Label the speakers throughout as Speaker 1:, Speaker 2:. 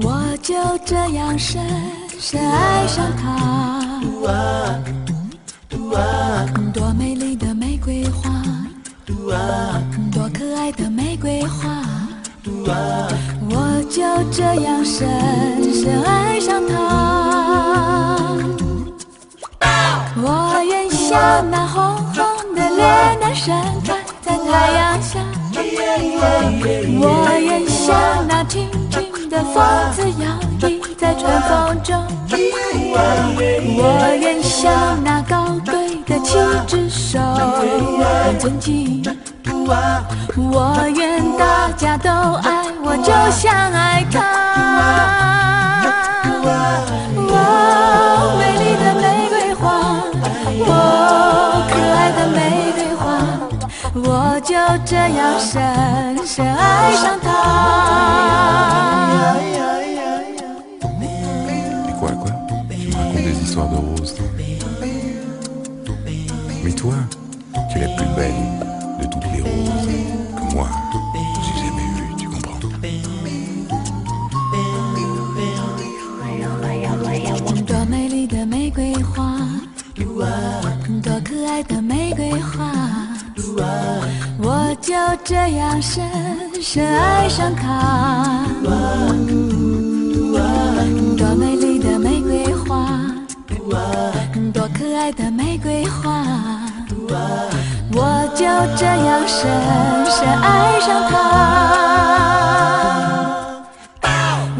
Speaker 1: 我就这样深深爱上它。多美丽的玫瑰花，多可爱的玫瑰花，我就这样深深爱上它。我愿像那红红的脸蛋盛开在太阳下，我愿像那轻轻的风子摇曳在春风中，我愿像那高贵的七只手尊敬。我愿大家都爱我，就像爱他。哦，美丽的玫瑰花，哦，可爱的玫瑰花，我就这样深深爱上它。
Speaker 2: Mais quoi, quoi Tu me racontes des histoires de roses Mais toi, tu es la plus belle de toutes les roses que moi, j'ai jamais vue, tu comprends Mais
Speaker 1: 多美丽的玫瑰花，多可爱的玫瑰花，我就这样深深爱上它。多美丽的玫瑰花，多可爱的玫瑰花，我就这样深深爱上它。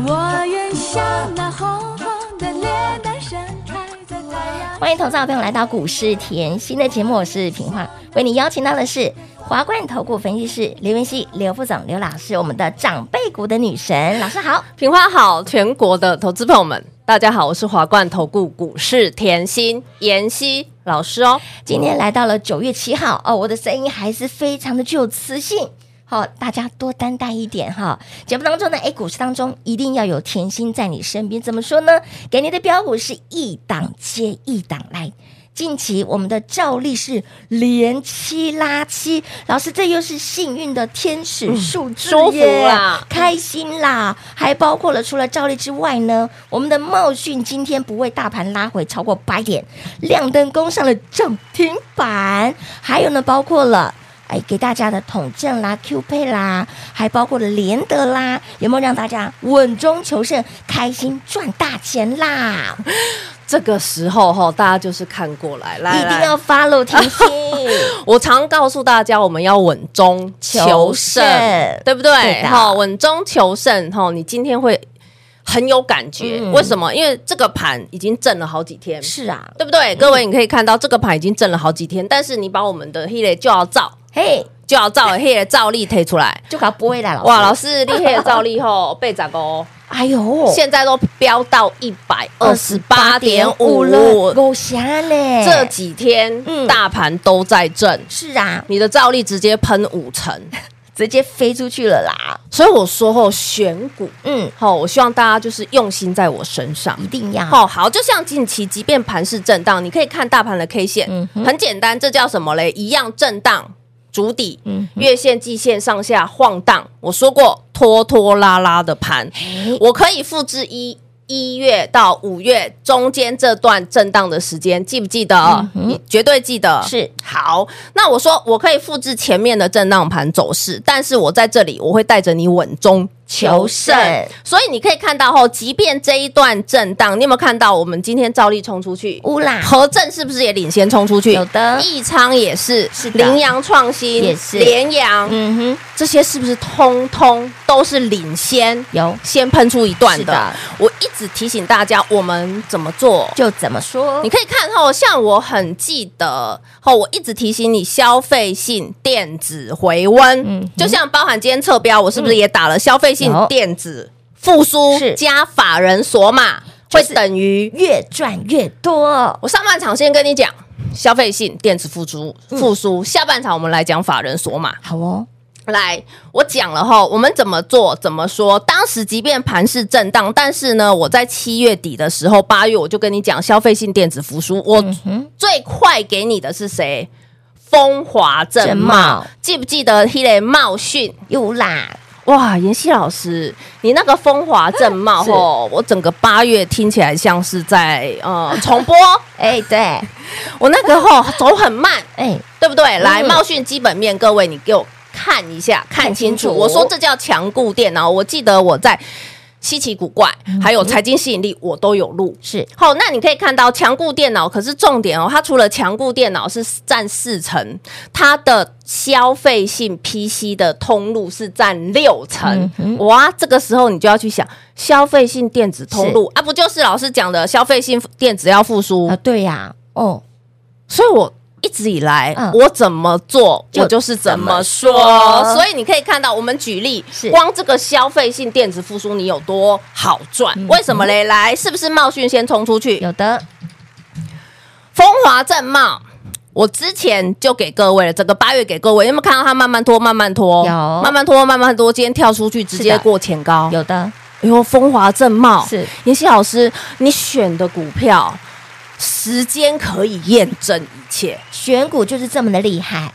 Speaker 1: 我愿像那红红的脸蛋盛开在太阳。
Speaker 3: 欢迎投资好朋友来到股市甜心的节目，我是平化，为你邀请到的是华冠投顾分析师刘云熙、刘副总、刘老师，我们的长辈股的女神，老师好。
Speaker 4: 平花好，全国的投资朋友们，大家好，我是华冠投顾股市甜心妍希老师哦。
Speaker 3: 今天来到了九月七号哦，我的声音还是非常的具有磁性。好、大家多担待一点哈。节目当中呢，哎，股市当中一定要有甜心在你身边。怎么说呢？给你的标股是一档接一档来。近期我们的照例是连七拉七，老师这又是幸运的天使数字、耶
Speaker 4: 嗯舒服啊啦
Speaker 3: 开心啦，还包括了除了照例之外呢，我们的茂讯今天不为大盘拉回超过百点，亮灯攻上了涨停板，还有呢，包括了。哎，给大家的统证啦、Q 配啦，还包括了联德啦，有没有让大家稳中求胜、开心赚大钱啦？
Speaker 4: 这个时候哈、大家就是看过来，来
Speaker 3: 一定要
Speaker 4: 来，
Speaker 3: follow 甜心，
Speaker 4: 我常告诉大家，我们要稳中求
Speaker 3: 求
Speaker 4: 胜，
Speaker 3: 胜
Speaker 4: 对不
Speaker 3: 对
Speaker 4: 对？
Speaker 3: 的
Speaker 4: 哈、稳中求胜哈、你今天会很有感觉、
Speaker 3: 嗯
Speaker 4: 为什么？因为这个盘已经震了好几天，
Speaker 3: 是啊，
Speaker 4: 对不对？各位，你可以看到这个盘已经震了好几天，但是你把我们的 h e 就要照，
Speaker 3: 嘿，
Speaker 4: 就要照 h e 照例推出来。
Speaker 3: 就搞不会来了。
Speaker 4: 哇，老师厉害的照例后 被涨哦，
Speaker 3: 哎呦，
Speaker 4: 现在都飙到一百二十八点五
Speaker 3: 了，
Speaker 4: 了。
Speaker 3: 够瞎嘞！
Speaker 4: 这几天
Speaker 3: 嗯
Speaker 4: 大盘都在震，
Speaker 3: 是啊，
Speaker 4: 你的照例直接喷五成，
Speaker 3: 直接飞出去了啦。
Speaker 4: 所以我说后选股，
Speaker 3: 嗯，
Speaker 4: 好，我希望大家就是用心在我身上
Speaker 3: 一。定要。
Speaker 4: 哦，好，就像近期，即便盘是震荡，你可以看大盘的 K 线，
Speaker 3: 嗯哼
Speaker 4: 很简单，这叫什么嘞？一样震荡，主底，
Speaker 3: 嗯哼
Speaker 4: 月线、季线上下晃荡。我说过，拖拖拉拉的盘，
Speaker 3: 哎
Speaker 4: 我可以复制一一月到五月中间这段震荡的时间，记不记得
Speaker 3: 嗯？哼
Speaker 4: 你绝对记得。
Speaker 3: 是
Speaker 4: 好，那我说我可以复制前面的震荡盘走势，但是我在这里我会带着你稳中求胜
Speaker 3: 求胜。
Speaker 4: 所以你可以看到后，即便这一段震荡，你有没有看到我们今天照例冲出去？
Speaker 3: 乌啦，
Speaker 4: 和正是不是也领先冲出去？
Speaker 3: 有的
Speaker 4: 益昌也是，
Speaker 3: 是的
Speaker 4: 羚羊创新
Speaker 3: 也是
Speaker 4: 联阳，
Speaker 3: 嗯哼，
Speaker 4: 这些是不是通通都是领先？
Speaker 3: 有
Speaker 4: 先喷出一段
Speaker 3: 是
Speaker 4: 的，
Speaker 3: 的
Speaker 4: 我一直提醒大家我们怎么做。
Speaker 3: 就怎么说
Speaker 4: 你？可以看后，像我很记得后，我一直提醒你消费性电子回温，
Speaker 3: 嗯哼
Speaker 4: 就像包含今天测标，我是不是也打了消费性
Speaker 3: 有
Speaker 4: 电子复苏
Speaker 3: 是
Speaker 4: 加法人索码，
Speaker 3: 就
Speaker 4: 会
Speaker 3: 是
Speaker 4: 等于
Speaker 3: 越赚越多。
Speaker 4: 我上半场先跟你讲消费性电子复苏
Speaker 3: 嗯
Speaker 4: 复苏，下半场我们来讲法人索码。
Speaker 3: 好哦，
Speaker 4: 来，我讲了哈，我们怎么做，怎么说。当时即便盘势震荡，但是呢，我在七月底的时候，八月我就跟你讲消费性电子复苏，我
Speaker 3: 嗯
Speaker 4: 最快给你的是谁？风华正
Speaker 3: 正
Speaker 4: 茂
Speaker 3: 茂，
Speaker 4: 记不记得 h i 茂讯？
Speaker 3: 有啦，
Speaker 4: 哇，妍希老师，你那个风华正 茂
Speaker 3: 是
Speaker 4: 吼，我整个八月听起来像是在呃重播，
Speaker 3: 哎，对，
Speaker 4: 我那个吼走很慢，
Speaker 3: 哎，
Speaker 4: 对不对？来，
Speaker 3: 嗯
Speaker 4: 茂讯基本面，各位你给我看一下，看清楚。
Speaker 3: 看清楚
Speaker 4: 我说这叫强固电脑，我记得我在稀奇古怪，还有财经吸引力，我都有录。
Speaker 3: 是
Speaker 4: 好，那你可以看到强固电脑，可是重点哦，它除了强固电脑是占四成，它的消费性 PC 的通路是占六成。哇，这个时候你就要去想消费性电子通路啊，不就是老师讲的消费性电子要复苏？
Speaker 3: 啊，对呀，哦，
Speaker 4: 所以我一直以来，
Speaker 3: 嗯
Speaker 4: 我怎么做，
Speaker 3: 就
Speaker 4: 我就是怎么说。
Speaker 3: 怎么说
Speaker 4: 所以你可以看到，我们举例
Speaker 3: 是，
Speaker 4: 光这个消费性电子复苏，你有多好赚？为什么嘞？来，是不是茂讯先冲出去？
Speaker 3: 嗯有的，
Speaker 4: 风华正茂。我之前就给各位了，整个八月给各位，有没有看到它慢慢拖，慢慢拖，
Speaker 3: 有
Speaker 4: 慢慢拖，慢慢拖，今天跳出去直
Speaker 3: 是
Speaker 4: 接
Speaker 3: 的
Speaker 4: 过前高，
Speaker 3: 有的，
Speaker 4: 哎呦，风华正茂
Speaker 3: 是
Speaker 4: 妍希老师，你选的股票，时间可以验证一切。
Speaker 3: 选股就是这么的厉害，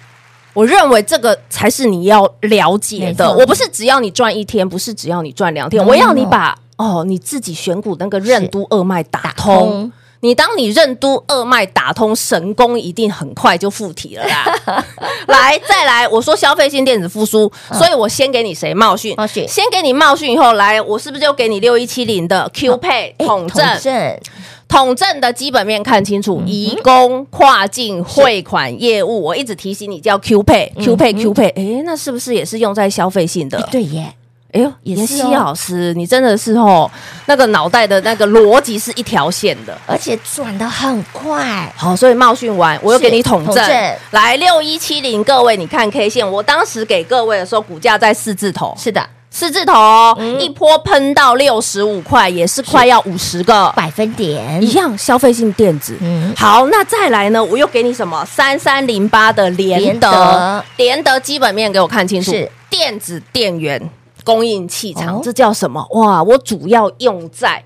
Speaker 4: 我认为这个才是你要了解的
Speaker 3: 没。错
Speaker 4: 我不是只要你赚一天，不是只要你赚两天，
Speaker 3: No,
Speaker 4: 我要
Speaker 3: no,
Speaker 4: 你
Speaker 3: no
Speaker 4: 把哦你自己选股那个任督二脉打
Speaker 3: 通
Speaker 4: 通。你当你任督二脉打通，神功一定很快就附体了 啦。来，再来，我说消费性电子复苏，所以我先给你谁？茂讯，
Speaker 3: 嗯茂讯
Speaker 4: 先给你茂讯，以后来，我是不是就给你六一七零的 Q 配
Speaker 3: 哎
Speaker 4: 统证？
Speaker 3: 证
Speaker 4: 统证的基本面看清
Speaker 3: 嗯
Speaker 4: 楚，移工跨境汇款业务，我一直提醒你叫 Q
Speaker 3: 嗯
Speaker 4: Pay，Q Pay，Q Pay，哎，那是不是也是用在消费性的
Speaker 3: 哎？对耶，
Speaker 4: 哎呦，
Speaker 3: 也
Speaker 4: 妍
Speaker 3: 是
Speaker 4: 希
Speaker 3: 哦
Speaker 4: 老师，你真的是哦，那个脑袋的那个逻辑是一条线的。
Speaker 3: 而且转的很快，
Speaker 4: 好，所以茂讯完，我又
Speaker 3: 是
Speaker 4: 给你统
Speaker 3: 统
Speaker 4: 证
Speaker 3: 证
Speaker 4: 来六一七零，各位你看 K 线，我当时给各位的时候，股价在四字头，
Speaker 3: 是的，
Speaker 4: 四字头哦
Speaker 3: 嗯
Speaker 4: 一波喷到六十五块，也是快要五十个
Speaker 3: 百分点
Speaker 4: 一样消费性电子。
Speaker 3: 嗯
Speaker 4: 好，那再来呢？我又给你什么？三三零八的联
Speaker 3: 联
Speaker 4: 德
Speaker 3: 德，
Speaker 4: 联德基本面给我看清楚，
Speaker 3: 是
Speaker 4: 电子电源供应器厂，
Speaker 3: 哦
Speaker 4: 这叫什么？哇，我主要用在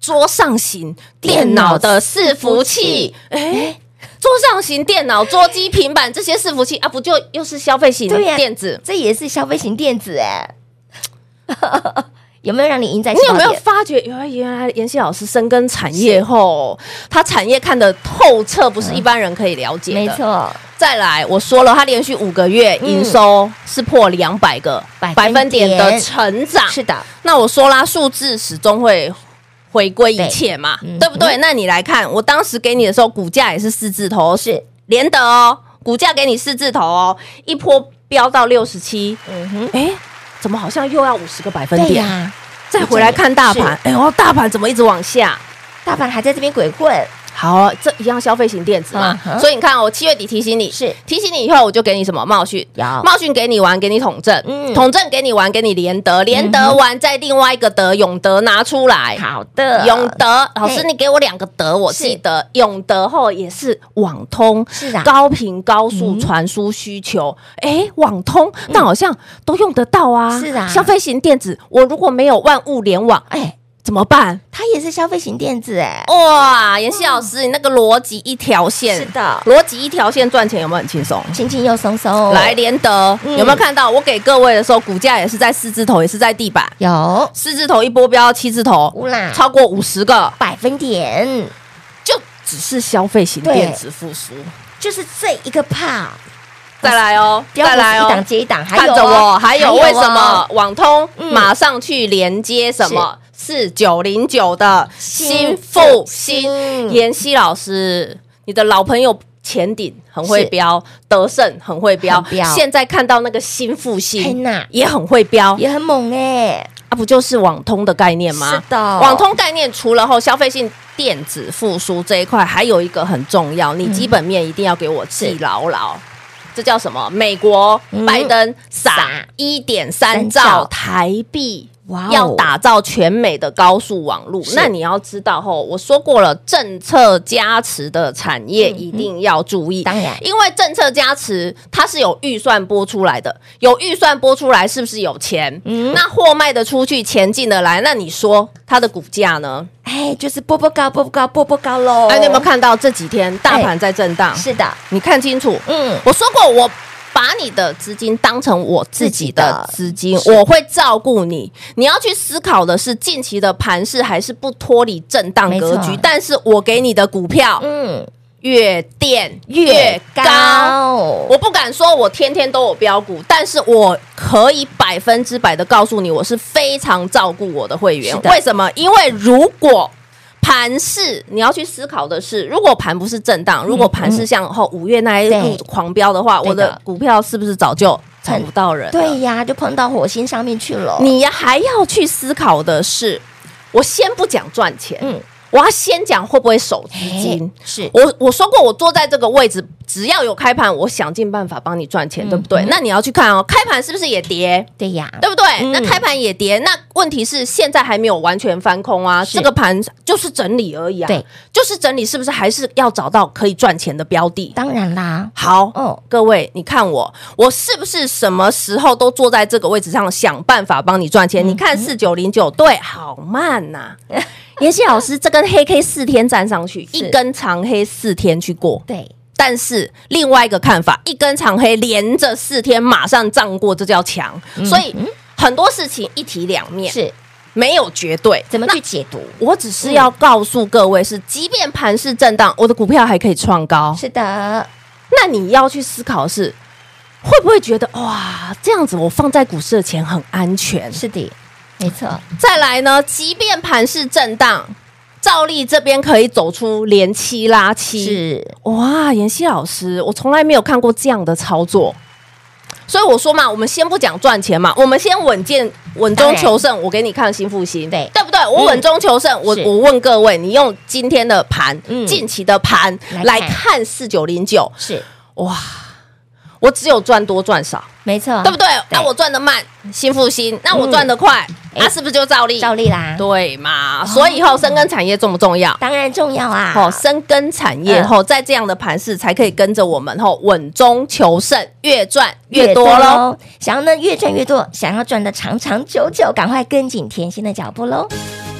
Speaker 4: 桌上型电脑的伺服器，哎。桌上型电脑、桌机、平板这些伺服器啊，不就又是消费型
Speaker 3: 对呀
Speaker 4: 电子？
Speaker 3: 这也是消费型电子哎， 有没有让你赢在
Speaker 4: 你
Speaker 3: 起
Speaker 4: 有
Speaker 3: 跑
Speaker 4: 没有
Speaker 3: 哎点？
Speaker 4: 发觉，原来原来妍希老师深耕产业后，他产业看得透彻，不是一般人可以了解
Speaker 3: 嗯
Speaker 4: 的。
Speaker 3: 没错，
Speaker 4: 再来，我说了，它连续五个月营
Speaker 3: 嗯
Speaker 4: 收是破两百个
Speaker 3: 百分
Speaker 4: 百分点的
Speaker 3: 点
Speaker 4: 成长。
Speaker 3: 是的，
Speaker 4: 那我说啦，数字始终会回归一切嘛，
Speaker 3: 对
Speaker 4: 对
Speaker 3: 嗯
Speaker 4: 不对？那你来看，我当时给你的时候，股价也是四字头，是连的哦，股价给你四字头哦，一波飙到六十七，
Speaker 3: 嗯哼，
Speaker 4: 哎，怎么好像又要五十个百分
Speaker 3: 对
Speaker 4: 点？
Speaker 3: 呀，
Speaker 4: 再回来看大盘，哎呦，大盘怎么一直往下？
Speaker 3: 大盘还在这边鬼混，
Speaker 4: 好，哦这一样消费型电子嘛，
Speaker 3: 嗯哼
Speaker 4: 所以你看哦，我七月底提醒你，
Speaker 3: 是
Speaker 4: 提醒你以后，我就给你什么茂讯，
Speaker 3: 有
Speaker 4: 茂讯给你玩，给你统证，
Speaker 3: 嗯
Speaker 4: 统证给你玩，给你联德，联德完再另外一个德永德拿出来，
Speaker 3: 好的，
Speaker 4: 永德老师
Speaker 3: 嘿
Speaker 4: 你给我两个德，我
Speaker 3: 是
Speaker 4: 记得永德后也是网通，
Speaker 3: 是啊
Speaker 4: 高频高速传输需求，哎，网通那好像都用得到啊，
Speaker 3: 嗯是啊
Speaker 4: 消费型电子，我如果没有万物联网，
Speaker 3: 哎，
Speaker 4: 怎么办？
Speaker 3: 它也是消费型电子哎，
Speaker 4: 哇，妍希老师，你那个逻辑一条线，
Speaker 3: 是的
Speaker 4: 逻辑一条线赚钱有没有很轻松？
Speaker 3: 轻轻又松松，
Speaker 4: 来联德、
Speaker 3: 嗯
Speaker 4: 有没有看到？我给各位的时候，股价也是在四字头，也是在地板，
Speaker 3: 有
Speaker 4: 四字头一波飙到七字头，
Speaker 3: 乌啦，
Speaker 4: 超过五十个，
Speaker 3: 百分点，
Speaker 4: 就只是消费型
Speaker 3: 对
Speaker 4: 电子复苏。
Speaker 3: 就是这一个炮，
Speaker 4: 再来哦，
Speaker 3: 标
Speaker 4: 再
Speaker 3: 股
Speaker 4: 来
Speaker 3: 是一
Speaker 4: 哦
Speaker 3: 档，接一档，还
Speaker 4: 看
Speaker 3: 有
Speaker 4: 着
Speaker 3: 哦
Speaker 4: 我，还有
Speaker 3: 哦
Speaker 4: 为什么网通
Speaker 3: 嗯
Speaker 4: 马上去连接什么四九零九的新复兴？
Speaker 3: 新
Speaker 4: 妍希老师，你的老朋友前顶很会
Speaker 3: 是
Speaker 4: 标，德胜很会标
Speaker 3: 很，标
Speaker 4: 现在看到那个新复
Speaker 3: 天
Speaker 4: 兴
Speaker 3: 哪
Speaker 4: 也很会标，
Speaker 3: 也很猛哎，
Speaker 4: 啊，不就是网通的概念吗？
Speaker 3: 是的
Speaker 4: 网通概念除了后消费性电子复苏这一块，还有一个很重要，你基本面一定要给我记牢牢。这叫什么？美国
Speaker 3: 嗯
Speaker 4: 拜登撒
Speaker 3: 撒
Speaker 4: 一点三
Speaker 3: 三
Speaker 4: 兆
Speaker 3: 兆
Speaker 4: 台币
Speaker 3: 哇哦
Speaker 4: 要打造全美的高速网路。那你要知道吼，我说过了，政策加持的产业一定要注意。
Speaker 3: 嗯当然
Speaker 4: 因为政策加持它是有预算拨出来的，有预算拨出来是不是有钱？
Speaker 3: 嗯
Speaker 4: 那货卖得出去，钱进得来，那你说它的股价呢？
Speaker 3: 哎，就是波波高，波波高，波波高喽。
Speaker 4: 哎、你有没有？看到这几天大盘在震荡？
Speaker 3: 哦哎是的，
Speaker 4: 你看清楚，
Speaker 3: 嗯，
Speaker 4: 我说过，我把你的资金当成我自己的资金
Speaker 3: 自，己的
Speaker 4: 我会照顾你。你要去思考的是近期的盘势还是不脱离震荡格
Speaker 3: 没
Speaker 4: 局
Speaker 3: 错，
Speaker 4: 但是我给你的股票
Speaker 3: 嗯，
Speaker 4: 越垫
Speaker 3: 越高，
Speaker 4: 我不敢说我天天都有标股，但是我可以百分之百的告诉你，我是非常照顾我的会员
Speaker 3: 是。的
Speaker 4: 为什么？因为如果盘市，你要去思考的是，如果盘不是震荡，如果盘是像后五月那一
Speaker 3: 对
Speaker 4: 路狂飙的话，
Speaker 3: 嗯对的
Speaker 4: 我的股票是不是早就找不到人了？
Speaker 3: 对呀，就碰到火星上面去了。
Speaker 4: 你还要去思考的是，我先不讲赚钱，
Speaker 3: 嗯
Speaker 4: 我要先讲会不会守资金
Speaker 3: 哎。是
Speaker 4: 我我说过，我坐在这个位置，只要有开盘，我想尽办法帮你赚钱，对不
Speaker 3: 嗯
Speaker 4: 对？那你要去看哦，开盘是不是也跌？
Speaker 3: 对呀，
Speaker 4: 对不对？
Speaker 3: 嗯
Speaker 4: 那开盘也跌，那问题是现在还没有完全翻空啊，
Speaker 3: 是
Speaker 4: 这个盘就是整理而已啊。
Speaker 3: 对，
Speaker 4: 就是整理，是不是还是要找到可以赚钱的标的？
Speaker 3: 当然啦，
Speaker 4: 好，
Speaker 3: 哦
Speaker 4: 各位，你看我，我是不是什么时候都坐在这个位置上，想办法帮你赚钱？你看四九零九，对，好慢 呐、妍希老师，这根黑 K 四天站上去，
Speaker 3: 是
Speaker 4: 一根长黑四天去过，
Speaker 3: 对，
Speaker 4: 但是另外一个看法，一根长黑连着四天马上涨过，这叫强。所以很多事情一体两面，
Speaker 3: 是
Speaker 4: 没有绝对。
Speaker 3: 怎么
Speaker 4: 那
Speaker 3: 去解读？
Speaker 4: 我只是要告诉各位是，即便盘势震荡，我的股票还可以创高。
Speaker 3: 是的，
Speaker 4: 那你要去思考的是，会不会觉得哇，这样子我放在股市的钱很安全？
Speaker 3: 是的，没错，
Speaker 4: 再来呢，即便盘势震荡，照例这边可以走出连七拉
Speaker 3: 嗯
Speaker 4: 七，
Speaker 3: 是
Speaker 4: 哇，妍希老师，我从来没有看过这样的操作。所以我说嘛，我们先不讲赚钱嘛，我们先稳健、稳中求胜。我给你看新复兴，
Speaker 3: 对
Speaker 4: 对不嗯对？我稳中求胜，我
Speaker 3: 是
Speaker 4: 我问各位，你用今天的盘、
Speaker 3: 嗯
Speaker 4: 近期的盘
Speaker 3: 来
Speaker 4: 来
Speaker 3: 看
Speaker 4: 看四九零九，
Speaker 3: 是，
Speaker 4: 我只有赚多赚少，
Speaker 3: 没错，
Speaker 4: 对不对？
Speaker 3: 啊对
Speaker 4: 那我赚的慢，新复兴；那我赚的快，
Speaker 3: 嗯
Speaker 4: 那、是不是就照例？
Speaker 3: 照例啦，
Speaker 4: 对嘛？所以以后深耕产业重不重要？
Speaker 3: 当然重要啊。
Speaker 4: 哦，深耕产业
Speaker 3: 嗯
Speaker 4: 后，在这样的盘势才可以跟着我们后稳中求胜，越赚越多喽。
Speaker 3: 喽，想要呢越赚越多，想要赚的长长久久，赶快跟紧甜心的脚步喽。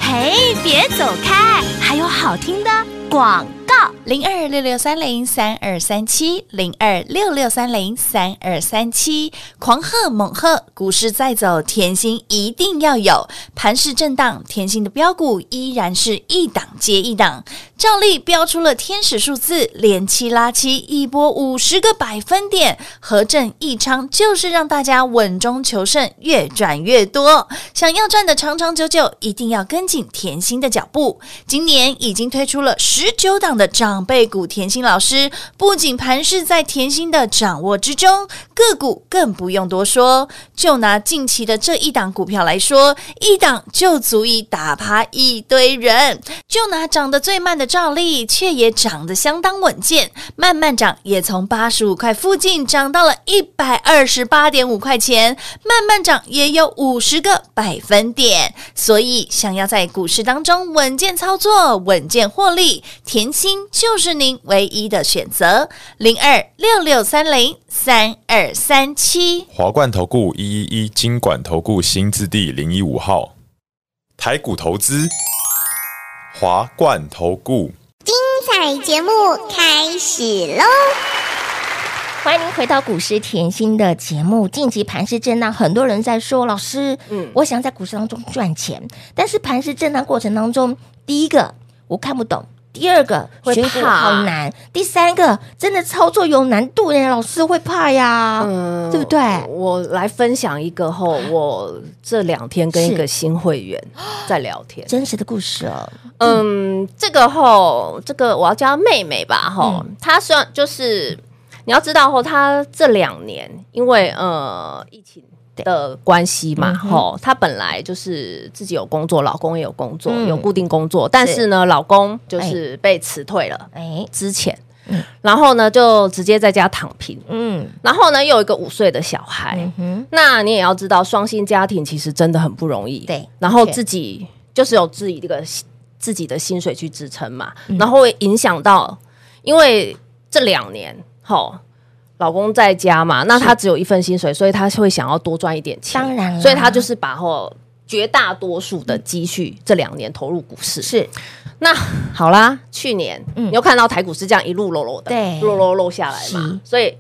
Speaker 5: 嘿，别走开，还有好听的广告。零二六六三零三二三七，零二六六三零三二三七，狂贺猛贺，股市再走，甜心一定要有。盘势震荡，甜心的标股依然是一档接一档，照例标出了天使数字，连七拉七，一波五十个百分点，合正一昌就是让大家稳中求胜，越赚越多。想要赚的长长久久，一定要跟紧甜心的脚步。今年已经推出了十九档的长辈股，甜心老师不仅盘势在甜心的掌握之中，个股更不用多说。就拿近期的这一档股票来说，一档就足以打趴一堆人。就拿涨得最慢的照例，却也涨得相当稳健，慢慢涨也从八十五块附近涨到了一百二十八点五块钱，慢慢涨也有五十个百分点。所以，想要在股市当中稳健操作、稳健获利，甜心就是您唯一的选择。零二六六三零三二三七。
Speaker 6: 华冠投顾一一一金管投顾新字第零一五号，台股投资，华冠投顾。
Speaker 7: 彩节目开始喽！
Speaker 3: 欢迎您回到股市甜心的节目。近期盘市震荡，很多人在说，老师，嗯
Speaker 4: 嗯，
Speaker 3: 我想在股市当中赚钱，但是盘市震荡过程当中，第一个我看不懂。第二个
Speaker 4: 会
Speaker 3: 选股
Speaker 4: 怕
Speaker 3: 好难，第三个真的操作有难度呢，老师会怕呀，
Speaker 4: 嗯
Speaker 3: 对不对？
Speaker 4: 我来分享一个后，我这两天跟一个
Speaker 3: 是
Speaker 4: 新会员在聊天。
Speaker 3: 真实的故事哦，
Speaker 4: 嗯，这个吼，这个我要叫她妹妹吧，吼，她虽然就是你要知道吼，她这两年因为呃疫情。的关系嘛，吼、她本来就是自己有工作，老公也有工作，
Speaker 3: 嗯
Speaker 4: 有固定工作，但是呢，老公就是被辞退了。
Speaker 3: 哎，
Speaker 4: 之前，然后呢就直接在家躺平，
Speaker 3: 嗯
Speaker 4: 然后呢又有一个五岁的小孩，
Speaker 3: 嗯，
Speaker 4: 那你也要知道，双薪家庭其实真的很不容易。
Speaker 3: 对
Speaker 4: 然后
Speaker 3: 的确
Speaker 4: 自己就是有自己这个自己的薪水去支撑嘛，
Speaker 3: 嗯
Speaker 4: 然后会影响到，因为这两年吼，老公在家嘛，那他只有一份薪水，所以他会想要多赚一点钱，
Speaker 3: 当然啦
Speaker 4: 所以他就是把吼绝大多数的积蓄这两年投入股市。
Speaker 3: 是嗯
Speaker 4: 那好啦，去年、你又看到台股是这样一路落落的，
Speaker 3: 对
Speaker 4: 落落落下来嘛
Speaker 3: 是，
Speaker 4: 所以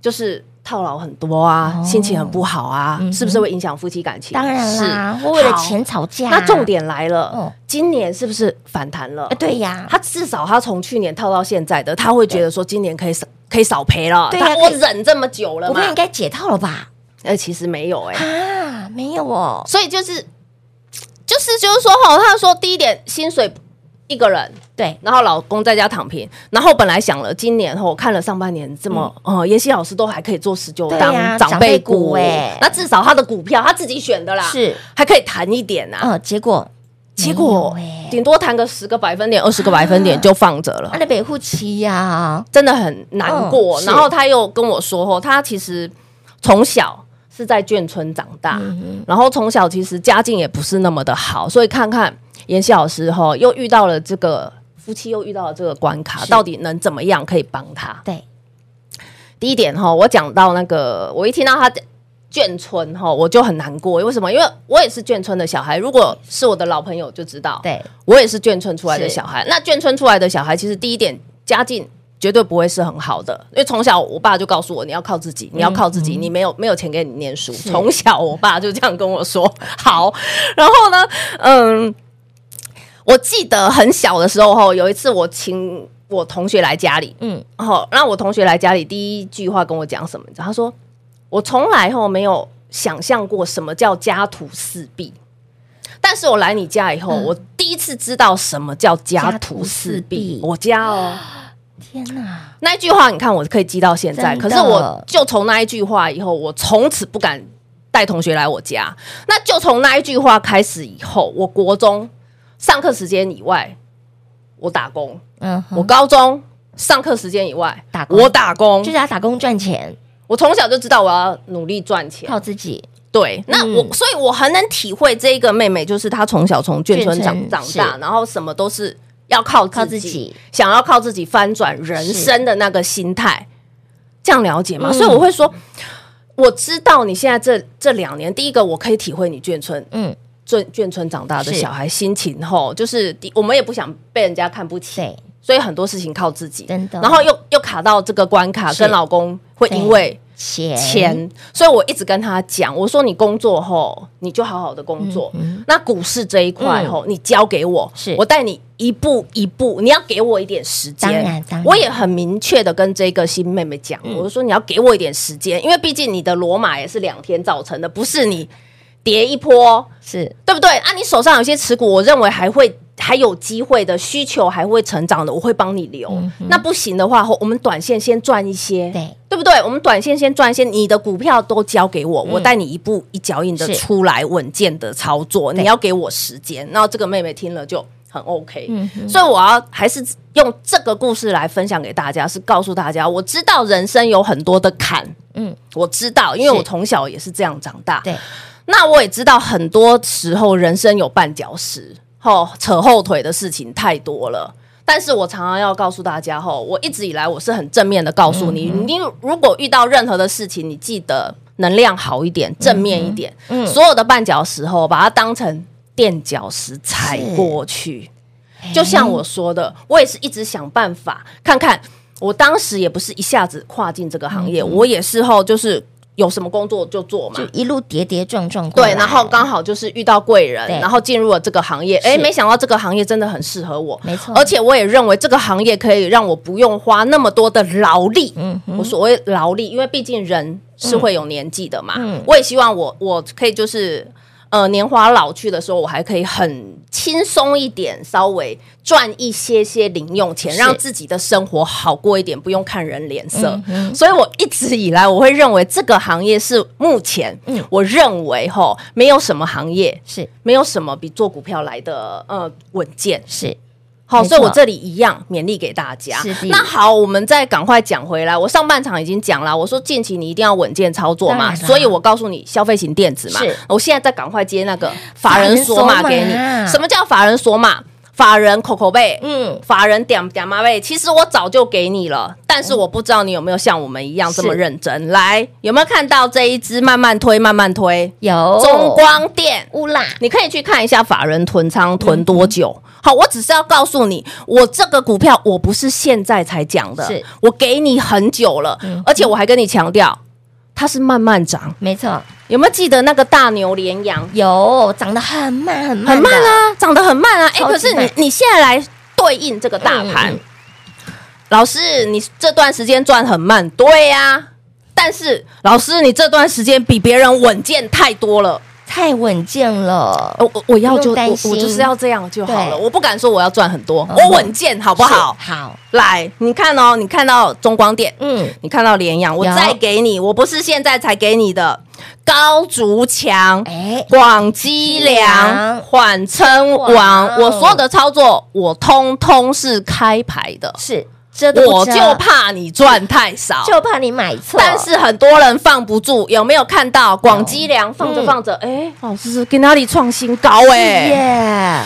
Speaker 4: 就是套牢很多啊，
Speaker 3: 哦
Speaker 4: 心情很不好啊，
Speaker 3: 嗯哼
Speaker 4: 是不是会影响夫妻感情？
Speaker 3: 当然啦，
Speaker 4: 是
Speaker 3: 我为了。
Speaker 4: 好
Speaker 3: 钱吵架。
Speaker 4: 那重，点来了，
Speaker 3: 哦
Speaker 4: 今年是不是反弹了？
Speaker 3: 呃对呀，
Speaker 4: 他至少他从去年套到现在的，他会觉得说今年可以少可以少赔了。
Speaker 3: 对呀
Speaker 4: 他
Speaker 3: 可
Speaker 4: 我
Speaker 3: 以
Speaker 4: 忍这么久了
Speaker 3: 我们
Speaker 4: 嘛
Speaker 3: 应？该解套了吧？
Speaker 4: 呃，其实没有哎、
Speaker 3: 啊，没有哦，
Speaker 4: 所以就是就是就是说哈，他说第一点薪水一个人
Speaker 3: 对，
Speaker 4: 然后老公在家躺平，然后本来想了今年后看了上半年这么，呃，妍希老师都还可以做十九
Speaker 3: 嗯对
Speaker 4: 当
Speaker 3: 啊
Speaker 4: 长辈股，
Speaker 3: 长辈股欸
Speaker 4: 那至少他的股票他自己选的啦，
Speaker 3: 是，
Speaker 4: 还可以谈一点呐、
Speaker 3: 嗯，结果
Speaker 4: 结果
Speaker 3: 没有欸
Speaker 4: 顶多谈个十个百分点、二十个百分点就放着了
Speaker 3: 啊，，那北户奇呀，
Speaker 4: 真的很难过。
Speaker 3: 嗯是
Speaker 4: 然后他又跟我说，哦，他其实从小。是在眷村长大，
Speaker 3: 嗯
Speaker 4: 然后从小其实家境也不是那么的好，所以看看妍希老师哈，又遇到了这个夫妻又遇到了这个关卡，
Speaker 3: 是
Speaker 4: 到底能怎么样可以帮他？
Speaker 3: 对，
Speaker 4: 第一点哈，我讲到那个，我一听到他眷村哈，我就很难过，为什么？因为我也是眷村的小孩，如果是我的老朋友就知道，
Speaker 3: 对，
Speaker 4: 我也是眷村出来的
Speaker 3: 是
Speaker 4: 小孩。那眷村出来的小孩，其实第一点家境。绝对不会是很好的，因为从小我爸就告诉我，你要靠自己，你要靠自己，你没有没有钱给你念书。从小我爸就这样跟我说。好， 然后呢，嗯，我记得很小的时候，哈，有一次我请我同学来家里，
Speaker 3: 嗯，
Speaker 4: 哦，那我同学来家里第一句话跟我讲什么？你知道，他说我从来吼没有想象过什么叫家徒四壁，但是我来你家以后，我第一次知道什么叫
Speaker 3: 嗯
Speaker 4: 家徒四
Speaker 3: 家徒四壁
Speaker 4: 壁。我家哦，
Speaker 3: 天哪，
Speaker 4: 那一句话你看我可以记到现在，
Speaker 3: 真
Speaker 4: 可
Speaker 3: 的
Speaker 4: 是我就从那一句话以后，我从此不敢带同学来我家。那就从那一句话开始以后，我国中上课时间以外，我打工；
Speaker 3: 嗯哼，
Speaker 4: 我高中上课时间以外，
Speaker 3: 打工
Speaker 4: 我打工。
Speaker 3: 就是要打工赚钱，
Speaker 4: 我从小就知道我要努力赚钱。
Speaker 3: 靠嗯自己，
Speaker 4: 对，那我、所以我很能体会这一个妹妹，就是她从小从眷
Speaker 3: 眷
Speaker 4: 村
Speaker 3: 村
Speaker 4: 长长大，
Speaker 3: 是
Speaker 4: 然后什么都是要靠自己，
Speaker 3: 靠自己
Speaker 4: 想要靠自己翻转人生的那个心态，这样了解吗？
Speaker 3: 嗯
Speaker 4: 所以我会说，我知道你现在这这两年，第一个我可以体会你眷村。
Speaker 3: 嗯，
Speaker 4: 眷眷村长大的
Speaker 3: 是
Speaker 4: 小孩心情吼，就是第我们也不想被人家看不起，
Speaker 3: 对，
Speaker 4: 所以很多事情靠自己，
Speaker 3: 真的
Speaker 4: 然后又又卡到这个关卡，
Speaker 3: 是
Speaker 4: 跟老公会因为
Speaker 3: 钱
Speaker 4: 钱，所以我一直跟他讲，我说你工作后你就好好的工作，那股市这一块后、你交给我，
Speaker 3: 嗯是
Speaker 4: 我带你一步一步，你要给我一点时间。
Speaker 3: 当然当然嗯
Speaker 4: 我也很明确的跟这个新妹妹讲，我就说你要给我一点时间，因为毕竟你的罗马也是两天造成的，不是你跌一波，
Speaker 3: 是
Speaker 4: 对不对？啊，你手上有些持股，我认为还会。还有机会的需求还会成长的，我会帮你留。那不行的话，我们短线先赚一些，
Speaker 3: 嗯对
Speaker 4: 对不对？我们短线先赚一些，你的股票都交给我，我带你一步一脚印
Speaker 3: 嗯
Speaker 4: 的
Speaker 3: 是
Speaker 4: 出来，稳健的操作。
Speaker 3: 对
Speaker 4: 你要给我时间。然后这个妹妹听了就很 OK，、所
Speaker 3: 嗯
Speaker 4: 以我要还是用这个故事来分享给大家，是告诉大家，我知道人生有很多的坎，
Speaker 3: 嗯
Speaker 4: 嗯，我知道，因为
Speaker 3: 是
Speaker 4: 我从小也是这样长大，
Speaker 3: 对，
Speaker 4: 那我也知道，很多时候人生有绊脚石，吼、扯后腿的事情太多了。但是我常常要告诉大家，吼、我一直以来我是很正面的告诉
Speaker 3: 嗯
Speaker 4: 你，你如果遇到任何的事情，你记得能量好一点，正面一点，
Speaker 3: 嗯
Speaker 4: 所有的绊脚石后，把它当成垫脚石踩过去。就像我说的，我也是一直想办法看看。我当时也不是一下子跨进这个行业，我也是后就是有什么工作就做嘛，
Speaker 3: 嗯就一路跌跌撞撞过
Speaker 4: 对，
Speaker 3: 来
Speaker 4: 然后刚好就是遇到贵人
Speaker 3: 啊对，
Speaker 4: 然后进入了这个行业，哎，
Speaker 3: 是
Speaker 4: 没想到这个行业真的很适合我，
Speaker 3: 没错
Speaker 4: 而且我也认为这个行业可以让我不用花那么多的劳力。我所谓劳力，因为毕竟人是会有年纪的嘛，我也希望我我可以就是。呃，年华老去的时候，我还可以很轻松一点，稍微赚一些些零用钱，
Speaker 3: 是
Speaker 4: 让自己的生活好过一点，不用看人脸色。所以我一直以来，我会认为这个行业是目前，我认为吼，没有什么行业，
Speaker 3: 是
Speaker 4: 没有什么比做股票来的呃稳健。
Speaker 3: 是
Speaker 4: 好，
Speaker 3: 没
Speaker 4: 所以我
Speaker 3: 错
Speaker 4: 这里一样勉励给大家
Speaker 3: 是的。
Speaker 4: 那好，我们再赶快讲回来。我上半场已经讲了，我说近期你一定要稳健操作
Speaker 3: 当
Speaker 4: 嘛，
Speaker 3: 然啦啊
Speaker 4: 所以我告诉你消费型电子嘛
Speaker 3: 是。
Speaker 4: 我现在再赶快接那个法人
Speaker 3: 法
Speaker 4: 索
Speaker 3: 人
Speaker 4: 码
Speaker 3: 索码
Speaker 4: 给你。什么叫法人索码？法人口口贝，
Speaker 3: 嗯
Speaker 4: 嗯，法人点点妈贝，其实我早就给你了，但是我不知道你有没有像我们一样这么
Speaker 3: 是
Speaker 4: 认真。来，有没有看到这一支慢慢推，慢慢推？
Speaker 3: 有
Speaker 4: 中光电，
Speaker 3: 乌啦，
Speaker 4: 你可以去看一下法人囤仓囤多久。
Speaker 3: 嗯
Speaker 4: 好，我只是要告诉你，我这个股票我不是现在才讲的
Speaker 3: 是，嗯
Speaker 4: 我给你很久了，而且我还跟你强调，它是慢慢涨。
Speaker 3: 没错，
Speaker 4: 有没有记得那个大牛连阳
Speaker 3: 有长得很慢很慢
Speaker 4: 很
Speaker 3: 的
Speaker 4: 慢，啊，涨得很慢啊？哎、
Speaker 3: 超级
Speaker 4: 可是
Speaker 3: 慢
Speaker 4: 你你现在来对应这个大盘，
Speaker 3: 嗯嗯
Speaker 4: 老师，你这段时间赚很慢，对呀、但是老师，你这段时间比别人稳健太多了。
Speaker 3: 太稳健了。
Speaker 4: 哦我我我要
Speaker 3: 不
Speaker 4: 就
Speaker 3: 用
Speaker 4: 我
Speaker 3: 担
Speaker 4: 我就
Speaker 3: 心
Speaker 4: 是要这样就好了，
Speaker 3: 对
Speaker 4: 我不敢说我要赚很多，
Speaker 3: 嗯
Speaker 4: 我稳健好不好？
Speaker 3: 是好，
Speaker 4: 来，你看哦，你看到中光电，
Speaker 3: 嗯，
Speaker 4: 你看到联阳，我
Speaker 3: 有
Speaker 4: 再给你，我不是现在才给你的，高竹强。
Speaker 3: 哎，
Speaker 4: 广积粮、缓称
Speaker 3: 哇哦
Speaker 4: 王，我所有的操作，我通通是开牌的，
Speaker 3: 是遮都不
Speaker 4: 我
Speaker 3: 遮
Speaker 4: 就怕你赚太少，
Speaker 3: 就怕你买错，
Speaker 4: 但是很多人放不住，有没有看到广积粮放着放着，哎、老师给哪里创新高
Speaker 3: 嗯是
Speaker 4: 哎、
Speaker 3: 耶，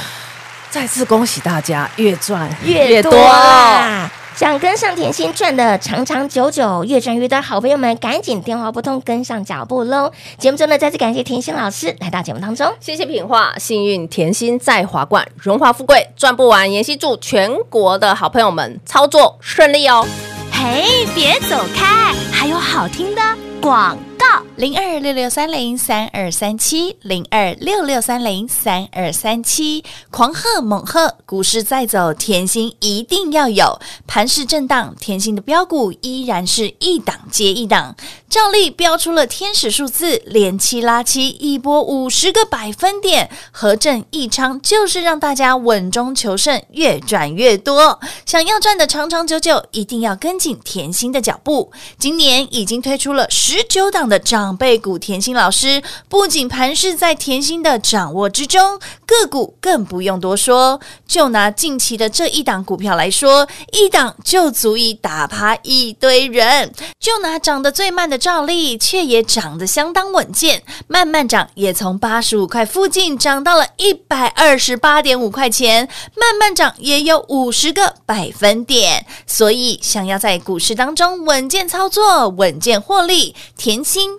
Speaker 4: 再次恭喜大家，越赚
Speaker 3: 越多啦。想跟上甜心赚的长长久久、越赚越多，好朋友们赶紧电话拨通，跟上脚步喽！节目中呢，再次感谢甜心老师来到节目当中。
Speaker 4: 谢谢品画，幸运甜心在华冠，荣华富贵赚不完。妍希祝全国的好朋友们操作顺利哦。
Speaker 5: 嘿，别走开，还有好听的广告。零二六六三零三二三七，零二六六三零三二三七，狂贺猛贺，股市再走，甜心一定要有。盘势震荡，甜心的标股依然是一档接一档，照例标出了天使数字，连七拉七，一波五十个百分点，合正一昌就是让大家稳中求胜，越赚越多。想要赚的长长久久，一定要跟紧甜心的脚步。今年已经推出了十九档的长辈股，甜心老师不仅盘势在甜心的掌握之中，个股更不用多说。就拿近期的这一档股票来说，一档就足以打趴一堆人。就拿涨得最慢的照例，却也涨得相当稳健，慢慢涨也从八十五块附近涨到了一百二十八点五块钱，慢慢涨也有五十个百分点。所以，想要在股市当中稳健操作、稳健获利，甜心